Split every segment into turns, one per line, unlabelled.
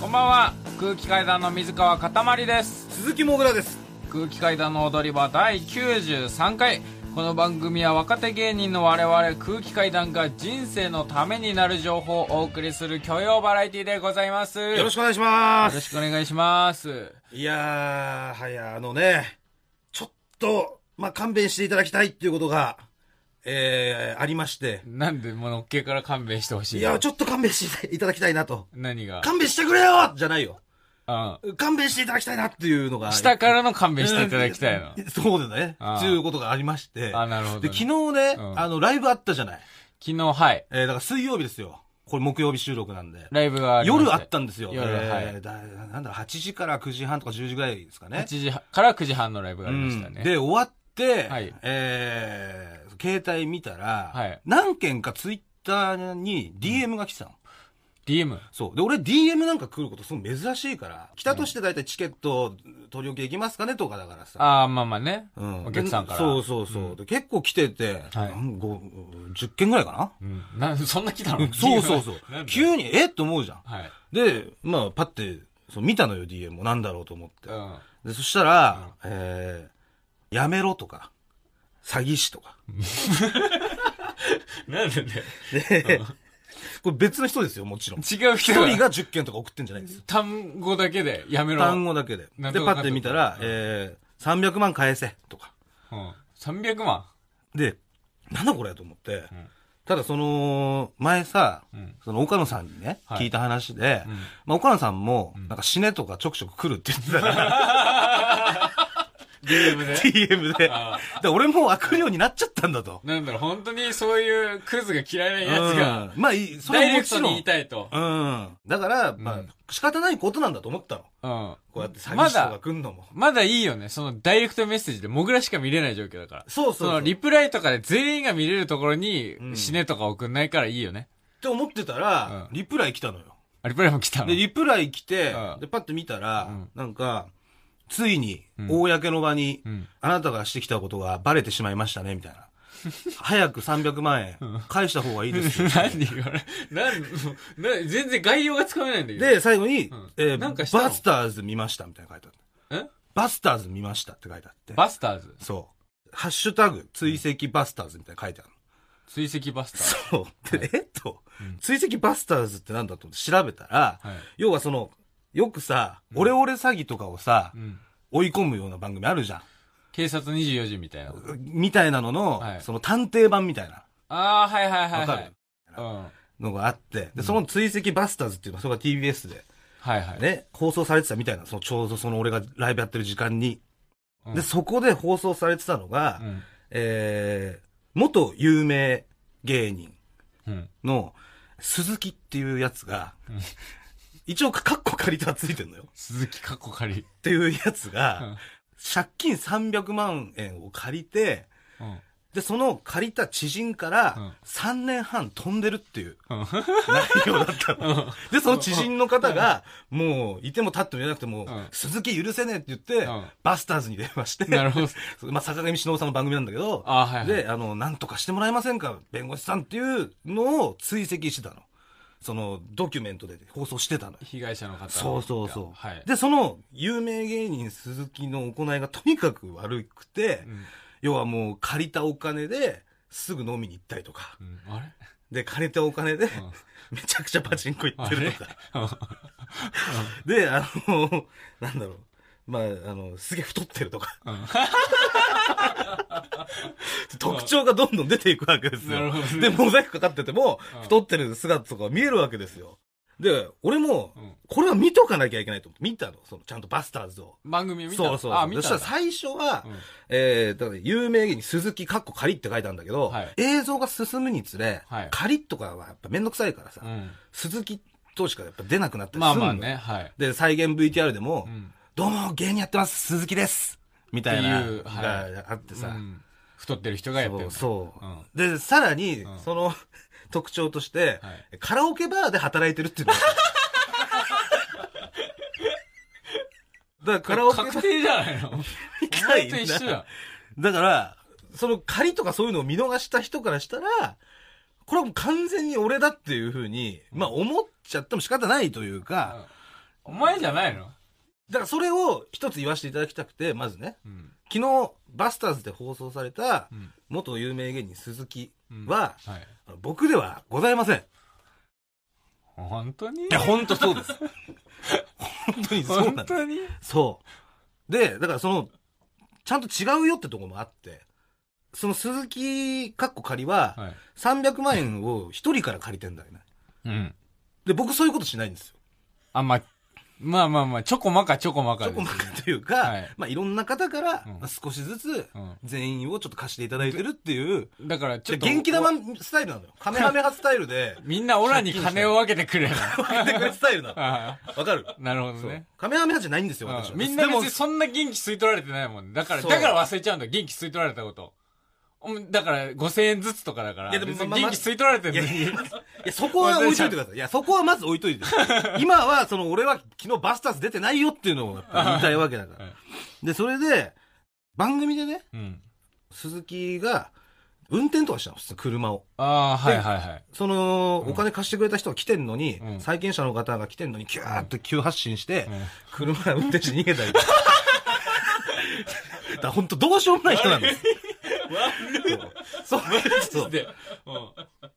こんばんは空気階段の水川かたまりです
鈴木もぐらです
空気階段の踊り場第93回この番組は若手芸人の我々空気階段が人生のためになる情報をお送りする許容バラエティでございます
よろし
く
くお願いしま
よろし
す
くお願いします
いやーはやあのねちょっとまあ勘弁していただきたいっていうことがえー、ありまして
なんでもうのっけから勘弁してほしい
い
の
やちょっと勘弁していただきたいなと
何が
勘弁してくれよじゃないよ
うん
勘弁していただきたいなっていうのが
下からの勘弁していただきたいの
うん そうだね
ああ
っていうことがありまして
あなるほどね
で昨日ね、
うん
あのライブあったじゃない
昨日はい
えー、だから水曜日ですよこれ木曜日収録なんで
ライブがありまして
夜あったんですよ。
夜
えー
はい
だなんだろう、8時から9時半とか10時ぐらいですかね。
8時から9時半のライブがありました
うん
ね
で、終わって、
はい
えー携帯見たら、
はい
何件かツイッターに DM が来てたの。
DM
そう。で、俺 DM なんか来ることすごい珍しいから、来たとして大体チケット取り置きできますかねとかだからさ。
ああまあまあね
うん
お客さんから
でそうそうそう。で結構来てて、
はい
なんご10件ぐらいか
うんなんそんな来た
な、う
の
んそうそうそう
なん。で
急に、えって思うじゃん。
はい
で、まあ、パッて、そう見たのよ、DM を。なんだろうと思って
う。ん
で、そしたら、えー、やめろとか、詐欺師とか。
なんでね
で、 これ別の人ですよ、も ちろん。一
違う人
人
が
が10件とか送ってんじゃない ですよ。
単語だけでやめろ
単語だけで。で、
な
パ
んとか
ッて見た
か
ら、
んとか
えー、300万返せとか。
うん、300万
で、なんだこれと思って
ん。
ただその、前さ
うん、
その岡野さんにね、
はい
聞いた話で
うん、
まあ岡野さんも、なんか死ねとかちょくちょく来るって言ってたから
DM で
DM で。だから俺もう開くようになっちゃったんだと。
なんだろう本当にそういうクズが嫌いなやつが
うんまあ、いいそれ
ダ
は
イレ
も
ク
ち
ト
ろ
に
ん。
言いたいと、
うん。だから、まあ、
うん
仕方ないことなんだと思ったの。
うん、
こうやって詐欺
ま
師とか
だ
来んのも。
まだいいよねそのダイレクトメッセージでモグラしか見れない状況だから
そうそう
そ
そう。
の
っ
リプライとかで全員が見れるところに、
うん
死ねとか送んないからいいよね
て思ってたら、
う
リプライ来たのよ。
あリプライも来たの
で、リプライ来て、
うん
で、パッと見たら、
うん
なんか、ついに
うん、
公の場に、
うん
あなたがしてきたことがバレてしまいましたね、みたい な。早く300万円、返した方がいいですよ。
何 これなんな全然概要がつかめないんだけど。
で、最後に、
ん
えー
なんかしたの
バスターズ見ました、みたいなの書いてあった。
え
バスターズ見ましたって書いてあって。
バスターズ
そう。ハッシュタグ、追跡バスターズみたいなの書いてある
追跡バスターズ。
の。そう。で、えっと、追跡バスターズってなんだと思って調べたら、
はい
要はその、よくさ、オレオレ詐欺とかをさ、
うん。
追い込むような番組あるじゃん。
警察24時みたいな。
みたいなのの、
はい
その探偵版みたいな。
ああ、はいはいはい、は
わ
い。
かる、
うん。
のがあって、で、その追跡バスターズっていうのは、それが TBS で
はいはい。
ね、放送されてたみたいな、そのちょうどその俺がライブやってる時間に。
うん
で、そこで放送されてたのが、
うん。
えー、元有名芸人、
うん。
の鈴木っていうやつが、一応カッコ借りたはついてんのよ。
鈴木かっこかり。
っていうやつ
う
が
ん、
借金300万円を借りて、
うん。
で、その借りた知人から
うん
3年半飛んでるっていう
うん
内容だったの。で、その知人の方が、もう、いても立ってもいなくても
うん、
鈴木許せねえって言って
うん、
バスターズに電話して、
なるほど。
まあ、坂上忍さんの番組なんだけど、
あーはいはい
で、あの、なんとかしてもらえませんか、弁護士さんっていうのを追跡してたの。その、ドキュメントで放送してたのよ。
被害者の方が
そうそうそう。
はい。
で、その、有名芸人鈴木の行いがとにかく悪くて、
うん、
要はもう借りたお金で、すぐ飲みに行ったりとか。
うん。あれ
で、借りたお金で、めちゃくちゃパチンコ行ってるとか。で、あの、 なんだろう。まあ、あの、すげえ太ってるとか。
うん
特徴がどんどん出ていくわけです
なる
よ
ほど。ね
で、モザイクかかってても
うん、
太ってる姿とか見えるわけですよ。で、俺も
うん、
これは見とかなきゃいけないと思って、見たの。その、ちゃんとバスターズを。
番組見た
そうそうそう。
あ、見た
そしたら最初は、
うん
えー、だから有名芸人、鈴木かっこ仮って書いたんだけど、
はい
映像が進むにつれ、
はい
仮とかはやっぱめんどくさいからさ、
うん。
鈴木としかやっぱ出なくなったり
ますあ
るの
まあ
よ
ね、はい。
で、再現 VTR でも、
うん。
どうも、芸人やってます、鈴木ですみたいな、
っていうはい
があってさ、
うん太ってる人がやって
そ
る
う。そう、
うん
で、さらに、
ん
その 特徴として、
はい
カラオケバーで働いてる っていうのがだからカラオケバー
確定じゃない のお前と一緒だ。
だから、その仮とかそういうのを見逃した人からしたら、これはもう完全に俺だっていうふうに、まあ思っちゃっても仕方ないというか、
お前じゃないの
だからそれを一つ言わせていただきたくて、まずね、
うん。
昨日、バスターズで放送された
うん、
元有名芸人鈴木
うん
は、
はい。
あの僕ではございません。い
本当に
や、ほんとそうです。本当にそうなん
本
です。
当に
そう。で、だからその、ちゃんと違うよってとこもあって、その鈴木かっこ借りは、
はい。
300万円を一人から借りてんだよね。
うん。
で、僕そういうことしないんですよ。
あ、まあ、まあまあまあ、ちょこまかちょこまか
ちょ
です
こ
ね
まかというか、
はい
まあいろんな方から
うん、
まあ少しずつ
う、ん
全員をちょっと貸していただいてるっていう、
だから、ちょっと。、
元気玉スタイルなのよ。カメハメ派スタイルで
みんなオラに金を分けてくれ。
やってくれスタイルなの。
あ
わかる
あなるほど
そう
ね。。
カメハメ派じゃないんですよ、私
う
は。
んみんな
でも
別にそんな元気吸い取られてないもん。だから、
そう
だから忘れちゃうんだよ。元気吸い取られたこと。うんだから、5000円ずつとかだから。
いやでも
別に
まあまあ
元気吸い取られて
い
る
や
の
い
に。
やいや、そこは置いといてください。いや、そこはまず置い といて。今は、その、俺は昨日バスターズ出てないよっていうのをやっぱり言いたいわけだか
は
ら
い。
で、それで、番組でね、
うん。
鈴木が、運転とかしたの、普通に車を。
ああ、はいはいはい。
その、
うん
お金貸してくれた人が来てんのに、
うん
債権者の方が来てんのに、キューって急発進して、
うん
車運転して逃 げたりとか。だから本当どうしようもない人なんです。そう。そうそ う
で、うん。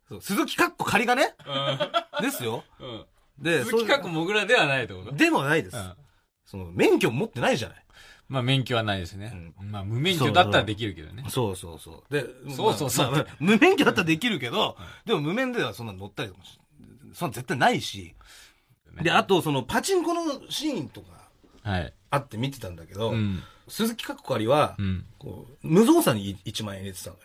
そう。鈴木かっこ仮がね。
う
ですよ。
ん。うん
で、
鈴木かっこ
そ
もぐらではないってこと
うでもないです、
うん
その、免許持ってないじゃない。
まあ、免許はないですね。まあ、無免許だったらできるけどね。
そうそうそう。で、
そうそうそう
まあまあ無免許だったらできるけど、でも無免ではそんな乗ったりとかもし、そんな絶対ないし。で、あと、その、パチンコのシーンとか、
はい。
あって見てたんだけど、
うん。
鈴木かっこかりは、
うん。
こう無造作に1万円入れてたのよ。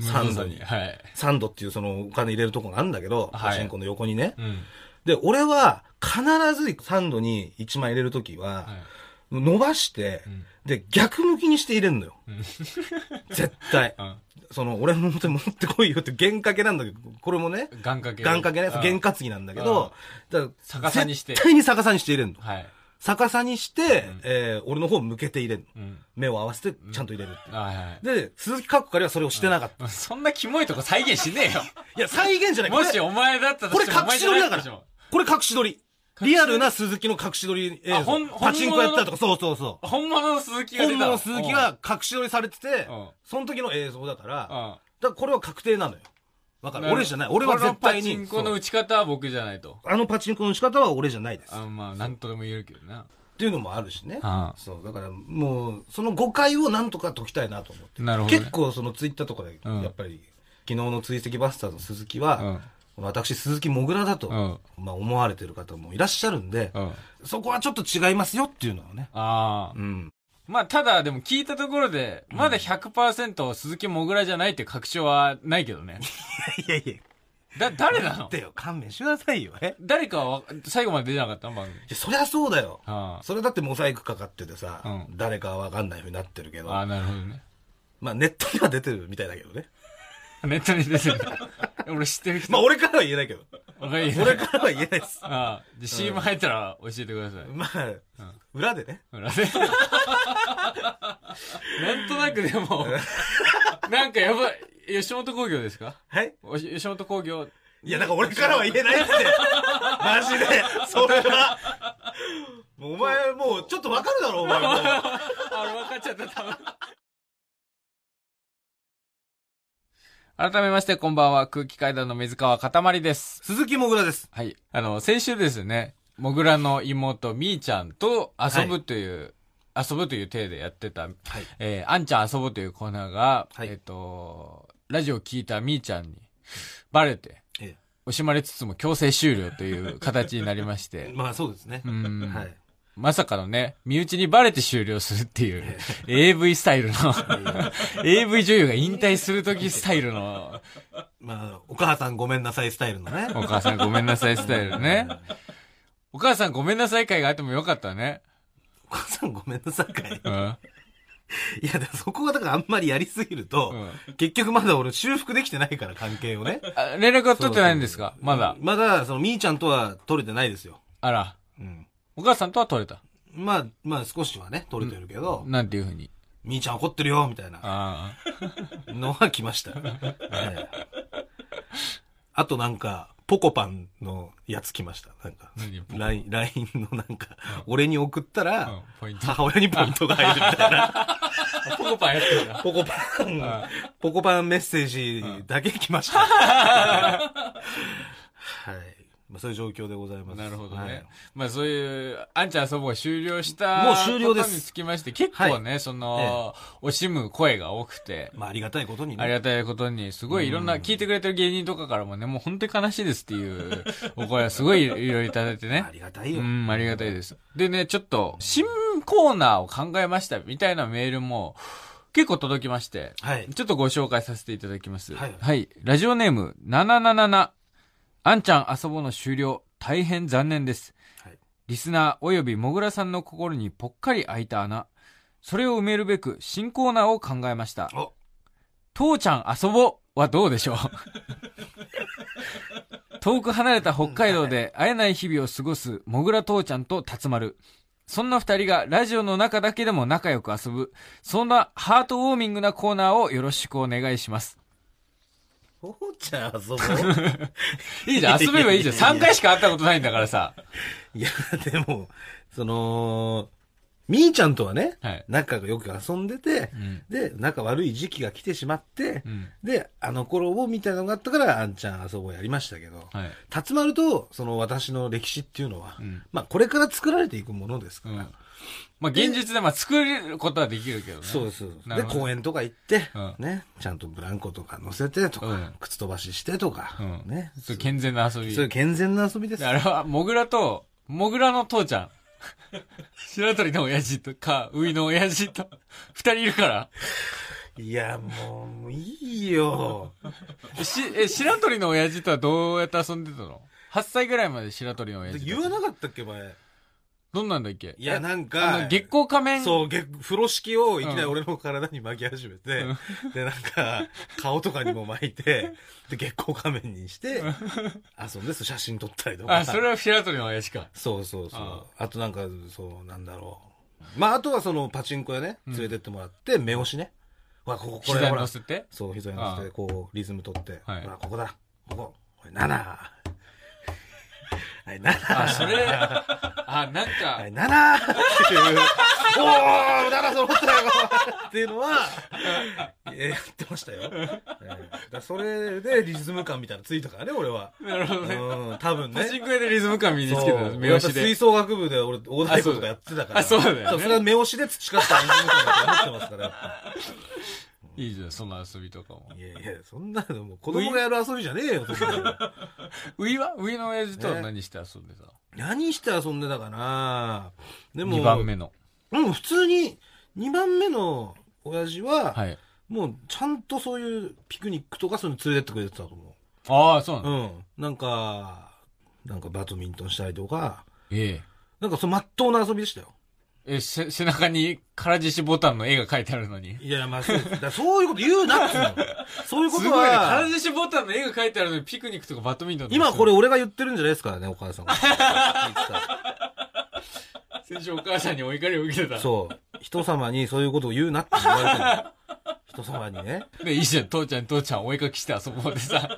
サンドに。
はい。
サンドっていうそのお金入れるとこなんだけど、
はい
パチンコの横にね。
うん。
で、俺は必ずサンドに1万円入れるとき
は
は、
い。
伸ばして、
うん
で、逆向きにして入れるのよ。
うん
絶対。
うん。
その、俺の本当に持ってこいよって、弦掛けなんだけど、これもね、
願掛け。
願掛けね、
うん
弦担ぎなんだけど、だから
逆さにして
絶対に逆さにして入れるの。
はい。
逆さにして、
うん
えー俺の方向けて入れるの。
うん。
目を合わせてちゃんと入れるっていう。
はいはい。
で、鈴木かっこかりはそれをしてなかった。
そんなキモいとこ再現しね
いや、再現じゃ
え
ない。
よ。
これ
もしお前だったとしても
これ隠し撮りだからこれ隠し撮り。リアルな鈴木の隠し撮り映
あほん
像。パチンコやったとか、そうそうそ
本物の鈴木
う。
が出
本
た
物の鈴木が隠し撮りされてて
うん、
その時の映像だから、だ
うん
か
うん
らこれは確定なのよ。わかる
る
俺じゃない。俺は絶対に。
このパチンコの
そう
打ち方は僕じゃないと
あのパチンコの仕方は俺じゃないです。
あまあなんとでも言えるけどな
っていうのもあるしね。
あ
そう、だからもう、その誤解をなんとか解きたいなと思って。
なるほどね
結構そのツイッターとかで、
うん
やっぱり、昨日の追跡バスターズの鈴木
あうん
は、私鈴木もぐらだと、
う
まあ思われてる方もいらっしゃるんで、
うん
そこはちょっと違いますよっていうのはね。
ああ
うん。
まあただでも聞いたところでまだ100%鈴木もぐらじゃないっていう確証はないけどね
いやいや、
だ誰な
だっ
の
てよ、勘弁してくださいよ。えい
誰かはわ最後まで出なかったの番組
や、そりゃそうだよ。
あ
それだってモザイクかかっててさ、
う
誰かわかんない風になってるけ
あ
ど、
ああなるほどね
まあネットには出てるみたいだけどね。
ネットに出てる俺知ってる人
まあ俺からは言えないけど。
俺いい
俺からは言えないです。
ああ、で CM 入ったら教えてください。
まあ、裏でね。
裏で なんとなくでも、なんかやばい、吉本興業ですか
はい
おし吉本興業。
いや、だから俺からは言 えないって。マジで。それは。もうお前、もう、ちょっとわかるだろ、お前もう。
あ、俺分かっちゃった、多分。改めまして、こんばんは。空気階段の水川かたまりです。
鈴木もぐらです。
はい。あの、先週ですね、もぐらの妹、みーちゃんと遊ぶという、遊ぶという体でやってた、
はい。
えーあんちゃん遊ぼうというコーナーが、
はい
えっ、と、ラジオ聞いたみーちゃんに、バレて、
え
惜しまれつつも強制終了という形になりまし
え
て、
まあそうですね
う。ん、
はい。
まさかのね、身内にバレて終了するっていう、AV スタイルの、AV 女優が引退するときスタイルの、
まあ、お母さんごめんなさいスタイルのね。
お母さんごめんなさいスタイルね。お母さんごめんなさい会があってもよかったね。
お母さんごめんなさいかい。
うん。
いや、だからそこがだからあんまりやりすぎると、結局まだ俺修復できてないから関係をね。
あ連絡は 取ってないんですかまだ。
まだ、その、みーちゃんとは取れてないですよ。
あら。
うん。
お母さんとは取れた。
まあ、まあ少しはね、取れてるけど、
なんていうふうに。
みーちゃん怒ってるよ、みたいな
ああ。
のは来ました。はいあとなんか、ポコパンのやつ来ました。なんか、
何 ポコ
LINE のなんか、俺に送った
う
ら
ん、ポイント
母親にポイントが入るみた いな。
ポコパンやってんだ。
ポコパン、ポコパンメッセージだけ来ま した。はい。まあそういう状況でございます。
なるほどね。
はい
まあそういう、あんちゃんそぼが終了した。
もう終了です
ことにつきまして、結構ね、その、惜しむ声が多くて。
まあありがたいことに
あり
ね。
がたいことに、すごいいろんな、聞いてくれてる芸人とかからもね、もう本当に悲しいですって いうお声はすごいいろいろいただいてね
あ。りがたいよ
う。ん、ありがたいです。でね、ちょっと、新コーナーを考えましたみたいなメールも結構届きまして、
はい。
ちょっとご紹介させていただきます。
はい
ラジオネーム、777。あんちゃん遊ぼの終了。大変残念です。
はい
リスナーおよびもぐらさんの心にぽっかり開いた穴。それを埋めるべく新コーナーを考えました。
お
父ちゃん遊ぼうはどうでしょう遠く離れた北海道で会えない日々を過ごすもぐら父ちゃんと辰丸。そんな二人がラジオの中だけでも仲良く遊ぶ、そんなハートウォーミングなコーナーをよろしくお願いします。
父ちゃん遊ぼう
いいじゃん、遊べばいいじゃん。3回しか会ったことないんだからさ。
いや、 でも、その、みーちゃんとはね、
はい。
仲がよく遊んでて
う、ん。
で、仲悪い時期が来てしまって
う、ん。
で、あの頃をみたいなのがあったから、あんちゃん遊ぼうやりましたけど、
はい。
辰丸と、その私の歴史っていうのは、
うん。
まあこれから作られていくものです
う
から、
ん。まあ、現実で、まあ、作ることはできるけどね。
そうです。
な
で、
るほど
公園とか行って、
うん
ね、ちゃんとブランコとか乗せてとか、
うん
靴飛ばししてとか、
うん
ね。
そう、健全な遊び。
そういう健全な遊びです
で。あれは、モグラと、モグラの父ちゃん。 白鳥の親父とか、ウイの親父と、二人いるから。
いや、もう、もういい よ。
し、え、白鳥の親父とはどうやって遊んでたの ?8 歳ぐらいまで白鳥の親父と。
言わなかったっけ、前。
どんなんだっけ
いや、なん
あ
か
の、、月光仮面。
そう、げ風呂敷をいきなり
うん
俺の体に巻き始めて、で、なんか、顔とかにも巻 いて、で、月光仮面にして、遊んで、そう写真撮ったりとか。
あ、それは白鳥の親父か。
そうそうそう。
あ
あとなんか、そう、なんだろう。まあ、あとはその、パチンコ屋ね、連れてってもらって、目押しね。ほら、ここ、これ、
膝
ほ
に
ら
乗、せて。
そう、膝に乗せ
あ
て、こう、リズム取って、
はい
ほら、ここだ、ここ、これ、7。はい、7。
あ、それ、あ、なんか
は、い、7! っていう、おー !7 揃ったよっていうのは、 えやってましたよ。えーだからそれでリズム感みたいなのついたからね、俺は。
なるほど
う
ね。
ん、多分ね
パ。チンコ屋でリズム感身につけた
そ
の
う
目押し
俺は吹
で。
奏楽部で俺、大太鼓とかやってたから。
あそうだよね
それは目押しで培ったリズム感だと思ってますからやっ
いいじゃん、その遊びとかも
ぱ。。いやいや、そんなのもう子供がやる遊びじゃねえよ、そんなの
ウイはウイの親父とは何して遊んでた
何して遊んでたかなでも、
二番目の。
うん、普通に、2番目の親父は、
はい。
もう、ちゃんとそういうピクニックとかそういうの連れてってくれてたと思
ああ、そうな
う。
の
うん。なんか、なんかバドミントンしたりとか、
え
なんかそのまっとうな遊びでしたよ。
え。え、せ背中に、からじしボタンの絵が書いてあるのに。
いや、まあそう、 だからそういうこと言うなっつうの。そういう こ
す
と
ごいね。か
は、
らじしボタンの絵が書いてあるのに、ピクニックとかバドミントンとか
今これ
す
俺が言ってるんじゃないですからね、お母さん が。言って
る、先週お母さんにお怒りを受けてた。
たそう。人様にそういうことを言うなって言われてるの。人様にね。
う。で、いいじゃん、父ちゃん、父ちゃん、お絵かきして遊ぼうでさ。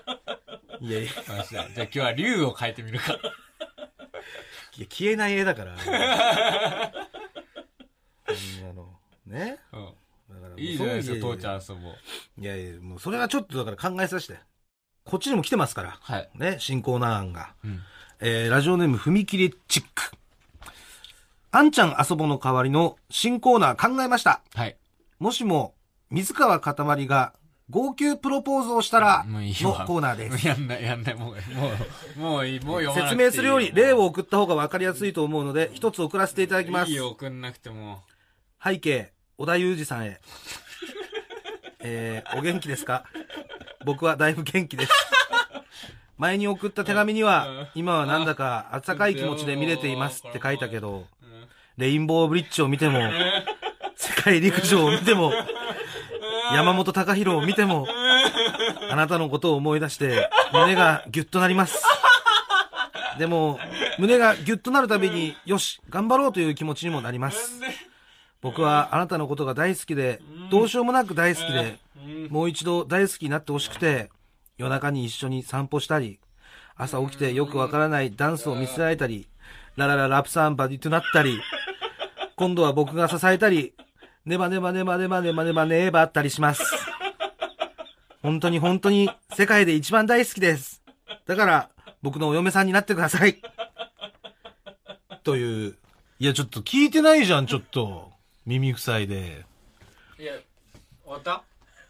いやいや、い
話だじゃあ今日は竜を描いてみるか。
や消えない絵 だから。そんなの。ね。
うん。
だからもう
いいじゃないですか、
そう
父ちゃん遊ぼう。
いやいや、もうそれはちょっとだから考えさせて。こっちにも来てますから。
はい。
ね、新コーナー案が。
うん。
えー、ラジオネーム踏切チック。あんちゃん遊ぼの代わりの新コーナー考えました。
はい。
もしも、水川かたまりが号泣プロポーズをしたら、
も
の
う
コ
いいわ
ーナーです。
やんない、やんない、もう、もう、もういい、もう読まなく
説
ていい
明するより例を送った方がわかりやすいと思うので、一つ送らせていただきます。
いいよ、送んなくても。
背景、小田裕二さんへ。 えー、お元気ですか僕はだいぶ元気です。前に送った手紙には、今はなんだか温かい気持ちで見れていますって書いたけど、レインボーブリッジを見ても、世界陸上を見ても、山本隆弘を見ても、あなたのことを思い出して、胸がギュッとなります。でも、胸がギュッとなるたびに、よし、頑張ろうという気持ちにもなります。僕はあなたのことが大好きで、どうしようもなく大好きで、もう一度大好きになってほしくて、夜中に一緒に散歩したり、朝起きてよくわからないダンスを見せられたり、ララララプサンバディとなったり、今度は僕が支えたり、ネバネバネバネバネバネバネバあったりします。本当に本当に世界で一番大好きです。だから僕のお嫁さんになってください。という、
いや、ちょっと聞いてないじゃん、ちょっと。耳塞いで。
いや、終わった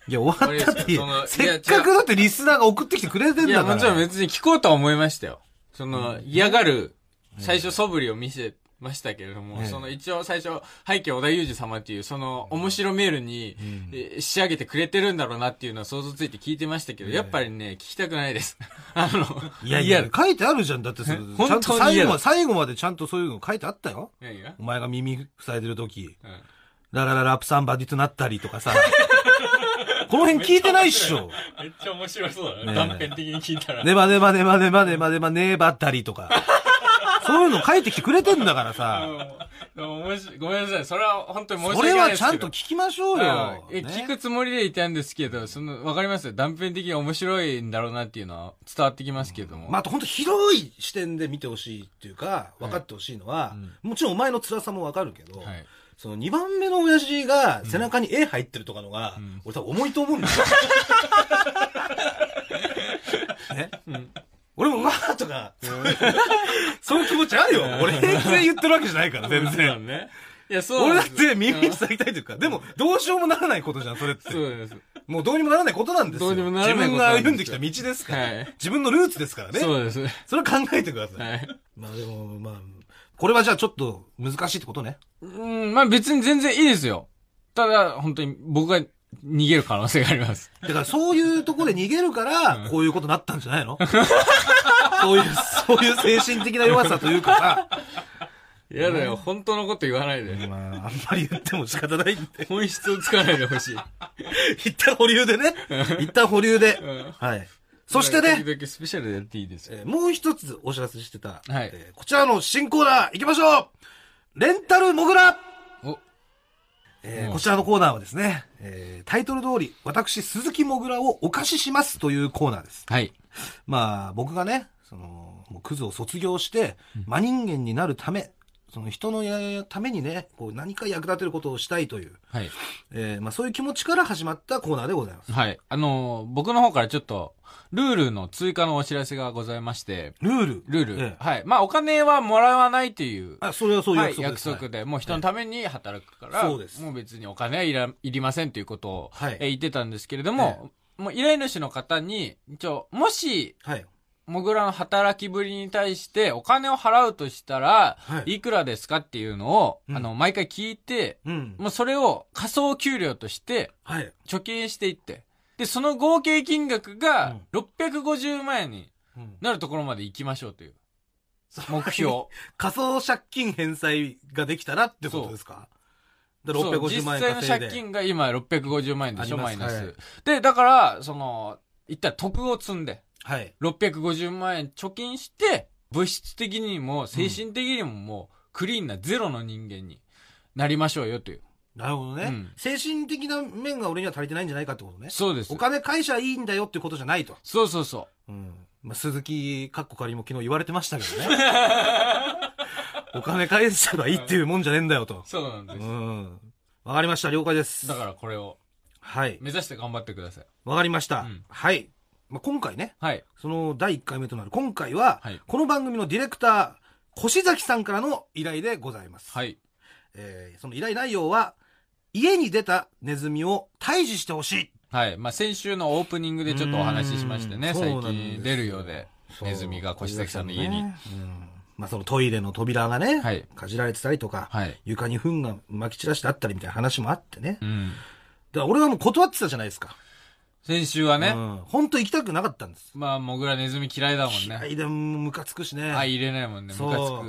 いや、終わったってい
そのいや
う。せっかくだってリスナーが送ってきてくれてん
い
だ
や、
から。
もちろん別に聞こうとは思いましたよ。その、嫌がる、最初素振りを見せましたけれども、
ええ
その一応最初、背景小田裕二様っていう、その、面白メールに、え仕上げてくれてるんだろうなっていうのは想像ついて聞いてましたけど、やっぱりね、聞きたくないです。 あの、
いやいや
リ、
書いてあるじゃん。だってそれ、
本
ち
当
ゃん
に嫌
と最後
だ
まで、最後までちゃんとそういうの書いてあったよ。
アル何が
お前が耳塞いでる時、
うん
ララララプサンバディとなったりとかさ。この辺聞いてないっしょ。
めっちゃ面白そうだ
ね断片
的に聞いたら
ネバネバネバネバネバネバネバったりとか。そういうの書いてきてくれてんだからさ。
ごめんなさい。それは本当に申し
そ
訳
れ
ない
は
ですけど。
ちゃんと聞きましょうよ。
うんえ
ね
聞くつもりでいたんですけど、その、わかりますよ。断片的に面白いんだろうなっていうのは伝わってきますけども。
まあ、あと本当広い視点で見てほしいっていうか、分かってほしいのは、もちろんお前の辛さも分かるけど、
はい。
その2番目の親父が背中に絵入ってるとかのが、
ん
俺多分重いと思うんですよ。 ね俺もうわーとか、そういう気持ちあるよ。俺全然言ってるわけじゃないから、全然。
ね。いや、そう
俺
な
だ
ん
っ
ですよ
て耳塞ぎたいというか、でもどうしようもならないことじゃん、それって。
そうです。
もうどうにもならないことなんですよ。
どうにもならないこと
自分
な
が
んですよ
歩んできた道ですから、
はい
自分のルーツですからね。
そうです。
それは考えてください。
はい。
まあでも、まあ、これはじゃあちょっと難しいってことね。
うん、まあ別に全然いいですよ。ただ、本当に僕が逃げる可能性があります。
だからそういうとこで逃げるから、こういうことになったんじゃないの そういう、そういう精神的な弱さというかさ、
やだよ、本当のこと言わないで。
まあ、あんまり言っても仕方ないんで、
本質をつかないでほしい。
一旦保留でね、一旦保留で、
うん
はい。そしてね、
時々スペシャルでやっていいですよ。
えーもう一つお知らせしてた、
はい
えーこちらの新コーナー行きましょうレンタルモグラ
お、
えー
うん
こちらのコーナーはですね、えータイトル通り、私、鈴木もぐらをお貸ししますというコーナーです。
はい。
まあ、僕がね、その、もうクズを卒業して、真人間になるため、その人のやためにね、こう何か役立てることをしたいという、
はい。
えーまあそういう気持ちから始まったコーナーでございます。
はい。あのー僕の方からちょっと、ルールの追加のお知らせがございまして、
ルール。
ルール。
ええ
はい。まあ、お金はもらわないという、
あ、それはそういう
はい、
約束で
約
す。
束で、もう人のために働くから、
そうです
もう別にお金はいら、いりませんということを、
はい
えー言ってたんですけれども、もう依頼主の方に、一応、もし、
はい。はい。
もぐらの働きぶりに対してお金を払うとしたら、
はい
い、くらですかっていうのを、
うん
あの、毎回聞いて、
うん。
もうそれを仮想給料として、
はい。
貯金していって、で、その合計金額が650万円に
うん
なるところまで行きましょうという。目標。
仮想借金返済ができたらってことですかだから
そう実
650万円
際の
稼い
借
で。
金が今650万円でしょ、
ありま
マ
す
イナス。
はい
で、だから、その、いったら得を積んで、
はい。
650万円貯金して、物質的にも精神的にももうクリーンなゼロの人間になりましょうよという。
なるほどね、
うん
精神的な面が俺には足りてないんじゃないかってことね。
そうです
お。金会社いいんだよってことじゃないと。
そうそうそ
うん。まあ、鈴木かっこかりも昨日言われてましたけ どね。お金返せばいいっていうもんじゃねえんだよと
う。。そうなん
う
です。
ん。わかりました。了解です。
だからこれを
はい。
目指して頑張ってください。
わかりました。
うん
はい。まあ、今回ね、
はい。
その第1回目となる今回は、
はい
この番組のディレクター、越崎さんからの依頼でございます。
はい。
えーその依頼内容は、家に出たネズミを退治してほしい。
はい。まあ、先週のオープニングでちょっとお話ししましてね、
うん
最
そうなんです
近
よ
出るようで、
そう
ネズミが越崎さんの家に。
ねうんまあそのトイレの扉がね、
はい
かじられてたりとか、
はい。
床に糞が撒き散らしてあったりみたいな話もあってね。だ
う
か
ん。
ら俺はもう断ってたじゃないですか。
先週は
う
ね、
ん。ほんと行きたくなかったんです。
まあ、もぐらネズミ嫌いだもん
嫌
ね。
いでもムカつくしね。
あ、入れないもんね、ムカつ
そ
く。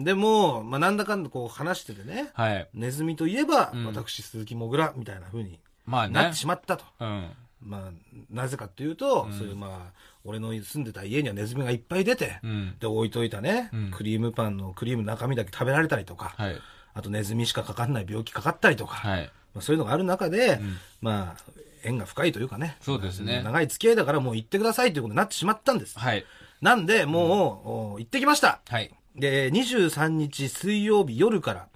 う。でも、まあなんだかんだこう話しててね、
はい。
ネズミといえば、
うん
私鈴木もぐらみたいな風に
まあ
なっ
ね
て。しまったと。
うん。
まあ、なぜかっていうと、
うん
そういうまあ、俺の住んでた家にはネズミがいっぱい出て、
うん。
で置いといたね、
うん
クリームパンのクリームの中身だけ食べられたりとか、
はい。
あとネズミしかかかんない病気かかったりとか、
はい。
まあ、そういうのがある中で、
ん
まあ、縁が深いというかね。
そうですね
長い付き合いだからもう行ってくださいということになってしまったんです。
はい。
なんで、もう、お行ってきました。
はい。
で、23日水曜日夜から、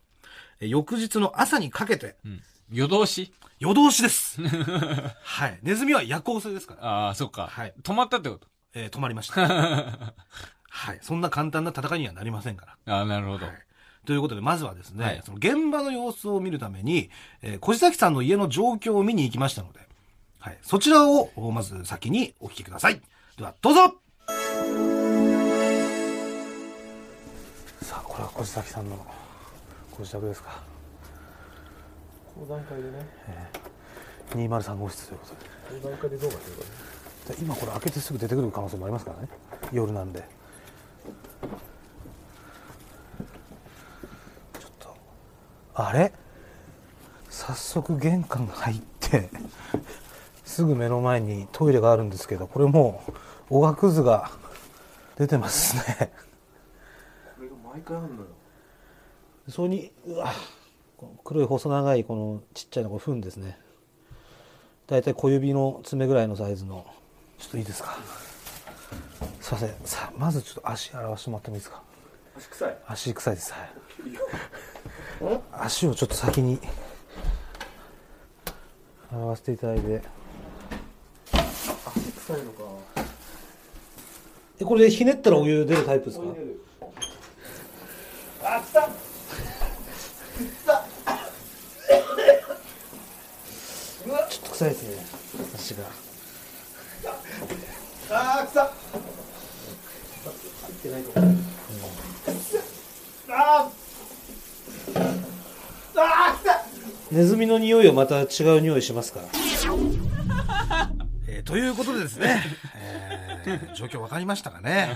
え翌日の朝にかけて、
うん。夜通し
夜通 しです。はい。ネズミは夜行性ですから、
ああ、そっか。
はい
止まったってこと
えー止まりま した。はい。そんな簡単な戦いにはなりませんから。
ああ、なるほど。
はいということで、まずはですね、
はい
その現場の様子を見るために、えー、小崎さんの家の状況を見に行きましたので、はい、そちらをおまず先にお聞きください。では、どうぞ
さあこれは小崎さんのご自宅ですか
この段階でね、
203号室ということで
この段階でどうかというかね、
で今これ開けてすぐ出てくる可能性もありますからね夜なんでちょっとあれ早速玄関入ってすぐ目の前にトイレがあるんですけどこれもうおがくずが出てますね
これが毎回あるのよ。
それにうわこの黒い細長いこのちっちゃいのこれフンですねだいたい小指の爪ぐらいのサイズのちょっといいですかすいませんさあまずちょっと足洗わしてもらってもいいですか
足臭い。
足臭いですはい足をちょっと先に洗わせていただいて
足臭いのか。
えこれでひねったらお湯出るタイプですかちょっと臭いですね足が
ああ、臭っ。ああ、ああ、臭っ。
ネズミの匂いはまた違う匂いしますから
えーということでですね、えー状況わかりましたかね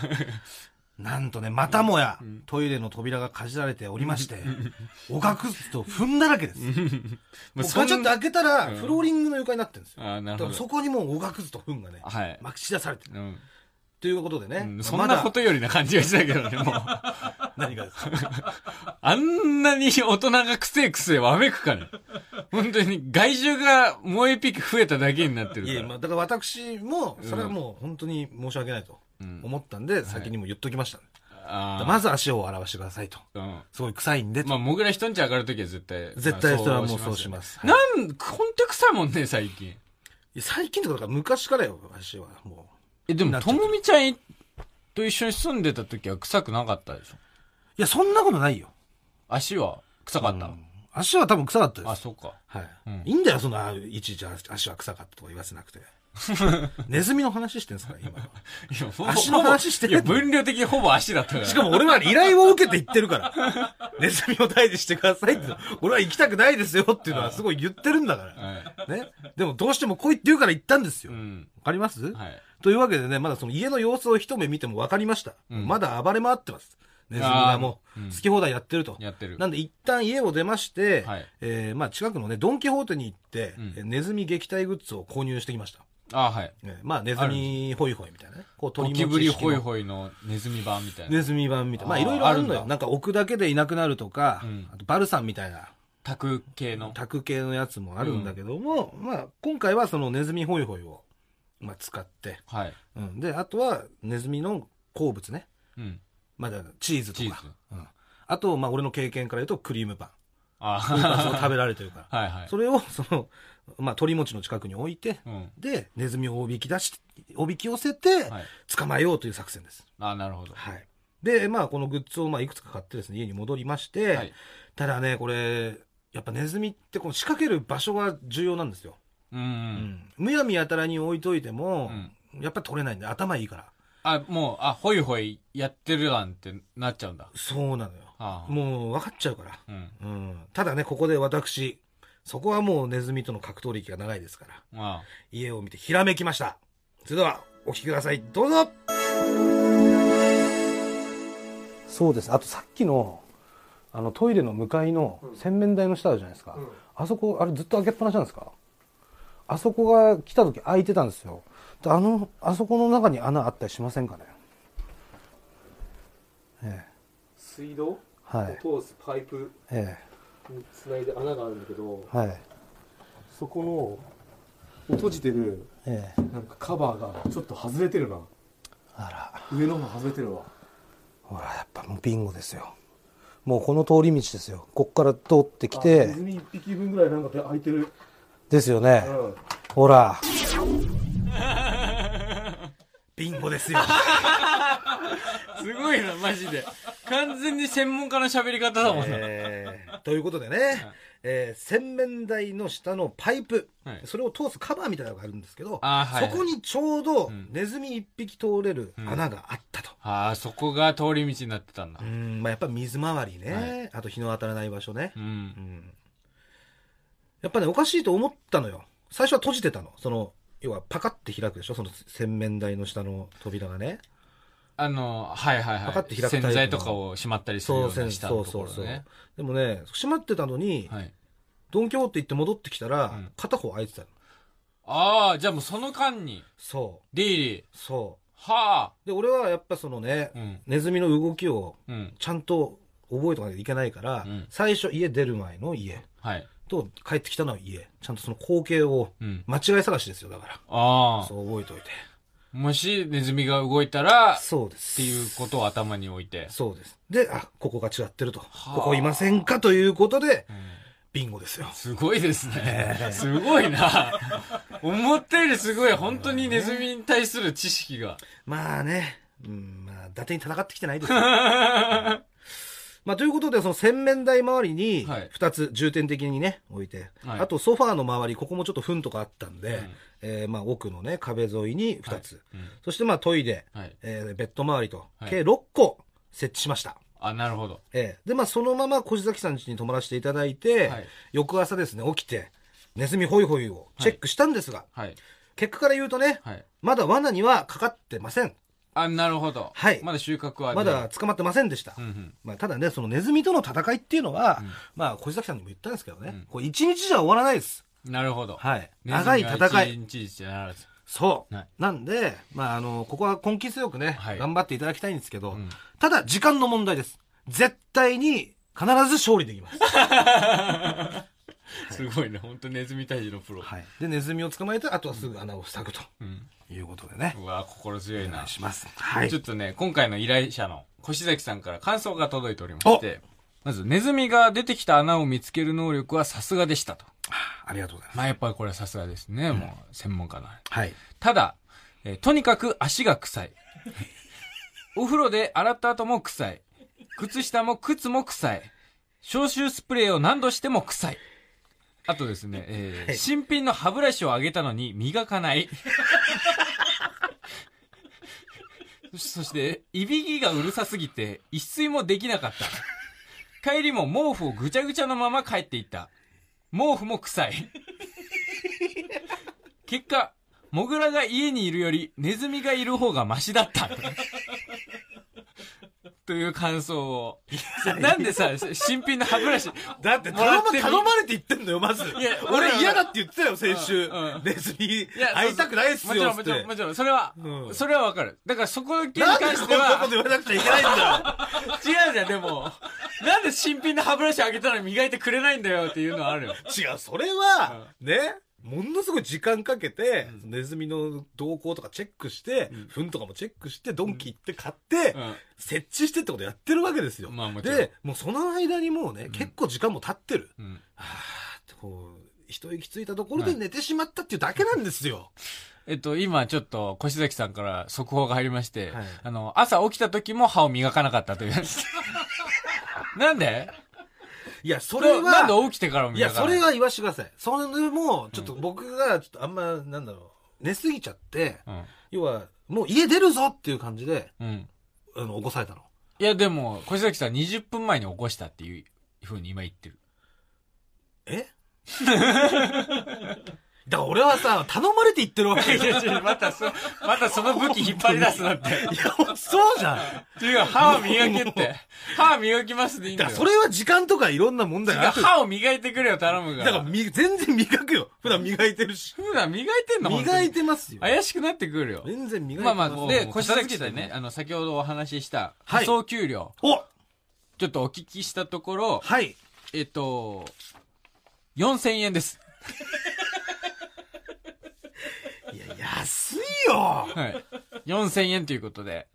なんとね、またもや、トイレの扉がかじられておりまして、おがくずと踏んだらけです。もうガチャッと開けたら、フローリングの床になってるんですよ。
ああ、なる
だか
ほ
ら
ど。
そこにもうおがくずと踏んがね、
はい。
まき散らされてる。
うん
ということでね、
うんそんなことよりな感じがしたけどね、もう。
まだ何が ですか
あんなに大人がくせえくせえわめくかね。本当に害獣がもう一匹増えただけになってるか
い
ら。
や、まあ、だから私も、それはもう本当に申し訳ないと
うん
思ったんで、先にも言っときましたね、
あー
まず足を洗わしてくださいと。
うん
すごい臭いんでと、
まあ、もぐら人んち上がるときは絶対。
絶対それはもう
まあ
そうします。
よね。
はい
なん、ほんと臭いもんね、最近。
いや最近とか、だから昔からよ、足は。もう。
え、でも、
なっちゃ
と
った
もみちゃんと一緒に住んでたときは臭くなかったでしょ
いや、そんなことないよ。
足は臭かった、
うん足は多分臭かったで
あ、
す。
そうか。
はい、
うん
いいんだよ、そんな、いちいち足は臭かったとか言わせ なくて。ネズミの話してんすから、今は。
いや、ほぼ
足の話して
いや、分量的にほぼ足だったから。
しかも俺は依頼を受けて言ってるから。ネズミを退治してくださいって。俺は行きたくないですよっていうのはすごい言ってるんだから。
はい。
ね。でもどうしても来いって言うから行ったんですよ。
う
わ、
ん。
かります、
はい。
というわけでね、まだその家の様子を一目見てもわかりました、
うん
まだ暴れ回ってます。ネズミがもう
あーうん
好き放題やってると。
やってる。
なんで一旦家を出まして、
はい
えーまあ近くのね、ドンキホーテに行って、
うん
えネズミ撃退グッズを購入してきました。
あ、はい。
ねまあネズミホイホイみたいなね。こ
ゴ
う鳥
キブリホイ
イ。
ホイのネズミ版みたいな。
ネズミ版みたいな。まあ
あー
いろいろある
あ
の
る
よ。
んだ
なんか置くだけでいなくなるとか、
うん
あとバルさんみたいな
タク系の。
卓系のやつもあるんだけども、まあ今回はそのネズミホイホイを、まあ、使って、
はい。
うん、であとはネズミの好物ね
うん。
まだチーズと
チー
か
ズ。
うん、あとまあ俺の経験から言うとクリームパンクリームパンそ
あ
の食べられてるから
あ、 はいはい。
それをその、まあ、鳥餅の近くに置いて
うん。
でネズミをおびき出しおびき寄せて
はい。
捕まえようという作戦です、
ああ、なるほど。
はいでまあこのグッズをまあいくつか買ってですね家に戻りまして、
はい
ただねこれやっぱネズミってこの仕掛ける場所が重要なんですよ
うん
う
うん。
んむやみやたらに置いといても、
う
やっぱ取れないんで頭いいから
あ、もう、あ、ホイホイやってるなんてなっちゃうんだ。
そうなのよ
ああ。
もう分かっちゃうから、
うん。
うん、ただねここで私そこはもうネズミとの格闘歴が長いですから
ま
家を見てひらめきましたそれではお聞きくださいどうぞ
そうですあとさっきのあのトイレの向かいの洗面台の下あるじゃないですか、
ん
あそこあれずっと開けっぱなしなんですかあそこが来た時開いてたんですよであのあそこの中に穴あったりしませんかねえ
水道
えはい
を通すパイプ
え
につないで穴があるんだけど、
えはい
そこの閉じてる
ええ
なんかカバーがちょっと外れてるな。
あら
上の方外れてるわ
ほらやっぱもうビンゴですよもうこの通り道ですよこっから通ってき
あ
て
ネズミ一匹分ぐらいなんか開いてる
ですよね
うん
ほら
ビン ゴですよ。
すごいな、マジで。完全に専門家の喋り方だもんな。
えーということでね、えー洗面台の下のパイプ、
はい
それを通すカバーみたいなのがあるんですけど、
あーはいはい
そこにちょうど
ん
ネズミ一匹通れる穴があったと。
ああ、そこが通り道になってたんだ
う。んまあ、やっぱ水回りね、
は
あと日の当たらない場所ね
う、。
うんんやっぱねおかしいと思ったのよ最初は閉じてたのその要はパカって開くでしょその洗面台の下の扉がね
あの、はいはい
パカッ
は
て
い。
開くタ
洗
イプの
剤とかをしまったりする
そ
よ
う
う
せん
にした
そ
と
うそ
こ
うそ
ろ
う、
ね。
でもね閉まってたのに、
はい。
ドン・キホーテ行って戻ってきたら、
ん
片方開いてたの
ああ、じゃあもうその間に、
そう
デイリー、
そ
はあ、
うで俺はやっぱそのね、
うん、
ネズミの動きを
うん、
ちゃんと覚えとかなきゃいけないから、
うん
最初家出る前の家
はい、
と帰ってきたのは家ちゃんとその光景を
うん。
間違い探しですよだから
ああ、
そう覚えておいて
もしネズミが動いたら、っ
そうです
ていうことを頭に置いて。
そうですであここが違ってると
あ
ここいませんかということで
うん
ビンゴですよ
すごいです ね。すごいな。思ったよりすごい。本当にネズミに対する知識 が。
まあねうんまあ伊達に戦ってきてないですよ まあ、ということで、その洗面台周りに
はい、
二つ重点的にね、置いて、
はい
あとソファーの周り、ここもちょっと糞とかあったんで、
うん
えーまあ、奥のね、壁沿いに二つ、
うん
そしてまあ、トイレ、
はい。
えーベッド周りと、
はい
計6個設置しました。
あ、なるほど。
ええで、まあ、そのまま小路崎さん家に泊まらせていただいて、
はい
翌朝ですね、起きて、ネズミホイホイをチェックしたんですが、
はい。
結果から言うとね、
はい。
まだ罠にはかかってません。
あ、なるほど。
はい
まだ収穫はね
まだ、捕まってませんでした。
うんうん。
まあ、ただね、そのネズミとの戦いっていうのは、
うん
まあ、小路崎さんにも言ったんですけどね、
うん
これ一日じゃ終わらないです。
なるほど。
はい。
ネズミ
長い戦
一
い。
日一日ならず。
そう。
はい
なんで、まあ、あの、ここは根気強くね、
はい
頑張っていただきたいんですけど、
うん
ただ、時間の問題です。絶対に、必ず勝利できます。
すごいね。本当ネズミ退治のプロ。
はい。で、ネズミを捕まえて、あとはすぐ穴を塞ぐと
うん。
いうことでね。
うわ心強い
お願。
ない
します。はい
ちょ。っとね、今回の依頼者の越崎さんから感想が届いておりまして、まず、ネズミが出てきた穴を見つける能力はさすがでしたと。
ありがとうございます。
まあやっぱりこれはさすがですね、もう、専門家の。
はい。
ただ、えーとにかく足が臭い。お風呂で洗った後も臭い。靴下も靴も臭い。消臭スプレーを何度しても臭い。あとですね、えー
はい
新品の歯ブラシをあげたのに磨かない。そして、いびきがうるさすぎて、一睡もできなかった。帰りも毛布をぐちゃぐちゃのまま帰っていった。毛布も臭い。結果、モグラが家にいるより、ネズミがいる方がマシだ った。という感想を。なんでさ、新品の歯ブラシ。
だって
もら
頼
っ
ま、
てみ
頼まれて言ってんのよ、まず。
や俺
俺嫌だって言ってたよ、先週
うんうん。
ネズミ
いや、
会いたくないっす
もち
よ
ろん、
っつ
も
っ
ちろん、
て。
もちろん、それは、
うん
それはわかる。だからそこに
なんで
関
こ
し
ん
て
なこ
は
と、言わなくちゃいけないんだ
違うじゃん、でも。なんで新品の歯ブラシあげたのに磨いてくれないんだよっていうのはあるよ。
よ。違う、それは、ね、ものすごい時間かけて、ネズミの動向とかチェックして、糞とかもチェックして、ドンキ行って買って
う、ん。
設置してってことやってるわけですよ。
まあもちろん
で、もうその間にもうね、結構時間も経ってる。
うん。
はーってこう、一息ついたところ
は
で
い
寝てしまったっていうだけなんですよ。
えっと、今ちょっと、越崎さんから速報が入りまして、
はい
あの、朝起きた時も歯を磨かなかった という。なんで
いや、そ
こ
れ
なんで、
は
起きてからも
い
磨
や、
かな
そ
い
れは言わしてください。それも、ちょっと僕が、ちょっとあんま、なんだろう、寝すぎちゃって、要は、もう家出るぞっていう感じで、
うん。うん。
あの、起こされたの。
いや、でも、越崎さん20分前に起こしたっていうふうに今言ってる。
えだから俺はさ、頼まれて言ってるわけ。い
いや違うまたそ、またその武器引っ張り出すな って。
や、そうじゃん。
違う、歯を磨けって。歯磨きますでいいん
だ
だ
か
よ。
らそれは時間とかいろんな問題
違
があ
う
る。
歯を磨いてくれよ、頼むか
だから
ら。
み、全然磨くよ。普段磨いてるし。
普段磨いてんの
磨い
て
てますよ。
怪しくなってくるよ。
全然磨いて
まあま
も
あ、
う
で、
もう
腰
片
崎
付
さ
け
ん
て
ね、あの、先ほどお話しした、
はい
仮想給料、
お
ちょっとお聞きしたところ、
はい。
えっと、4000円です。
いや、安いよ
はい。 4000円ということで。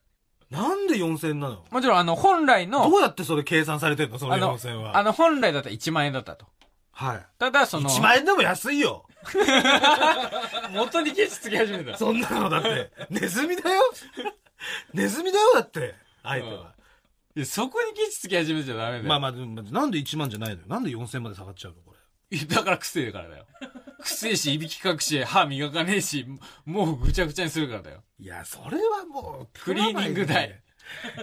なんで4000なの
もちろん、あの、本来の
ど、うやってそれ計算されてんのその
あの
4000、
あ
は。
の、本来だったら1万円だったと。
はい。
ただ、その、
1万円でも安いよ。
元にケチつき始めた。
そんなのだ って。ネズミだよ。ネズミだよ、だって。相手は。
いやそこにケチつき始めちゃダメだよ。
まあまあ、でもなんで1万じゃないのよ。なんで4000まで下がっちゃうのこれ。
いやだから癖だからだよ。癖し、いびきかくし、歯磨かねえし、もうぐちゃぐちゃにするからだよ。
いや、それはもう、
クリーニング代。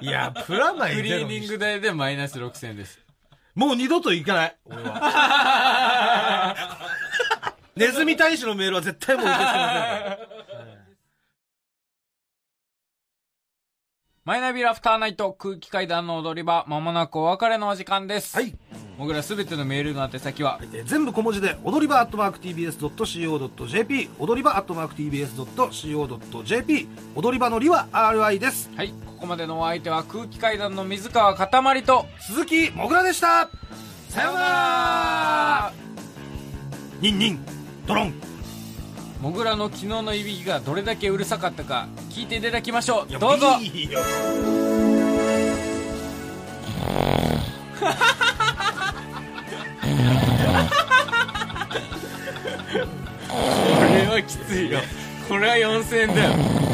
いや、プラマイ
クリ
ゼ
ー
ロに
ニン
し
グ代でマイナス6000円です。
もう二度と行かない。俺は。ネズミ大使のメールは絶対もう受け付けません。
マイナビラフターナイト空気階段の踊り場、まもなくお別れのお時間です。
はい。
僕らすべてのメールの宛先は、
えー全部小文字で踊り場アットマーク TBS.CO.JP 踊り場アットマーク TBS.CO.JP 踊り場のりは RI です
はい、ここまでのお相手は空気階段の水川かたまりと、
鈴木もぐらでしたさようならニンニンドロン
もぐらの昨日のいびきがどれだけうるさかったか聞いていただきましょ。
いうや
どうぞ。
いいよ
これはきついよ。これは4000円だよ。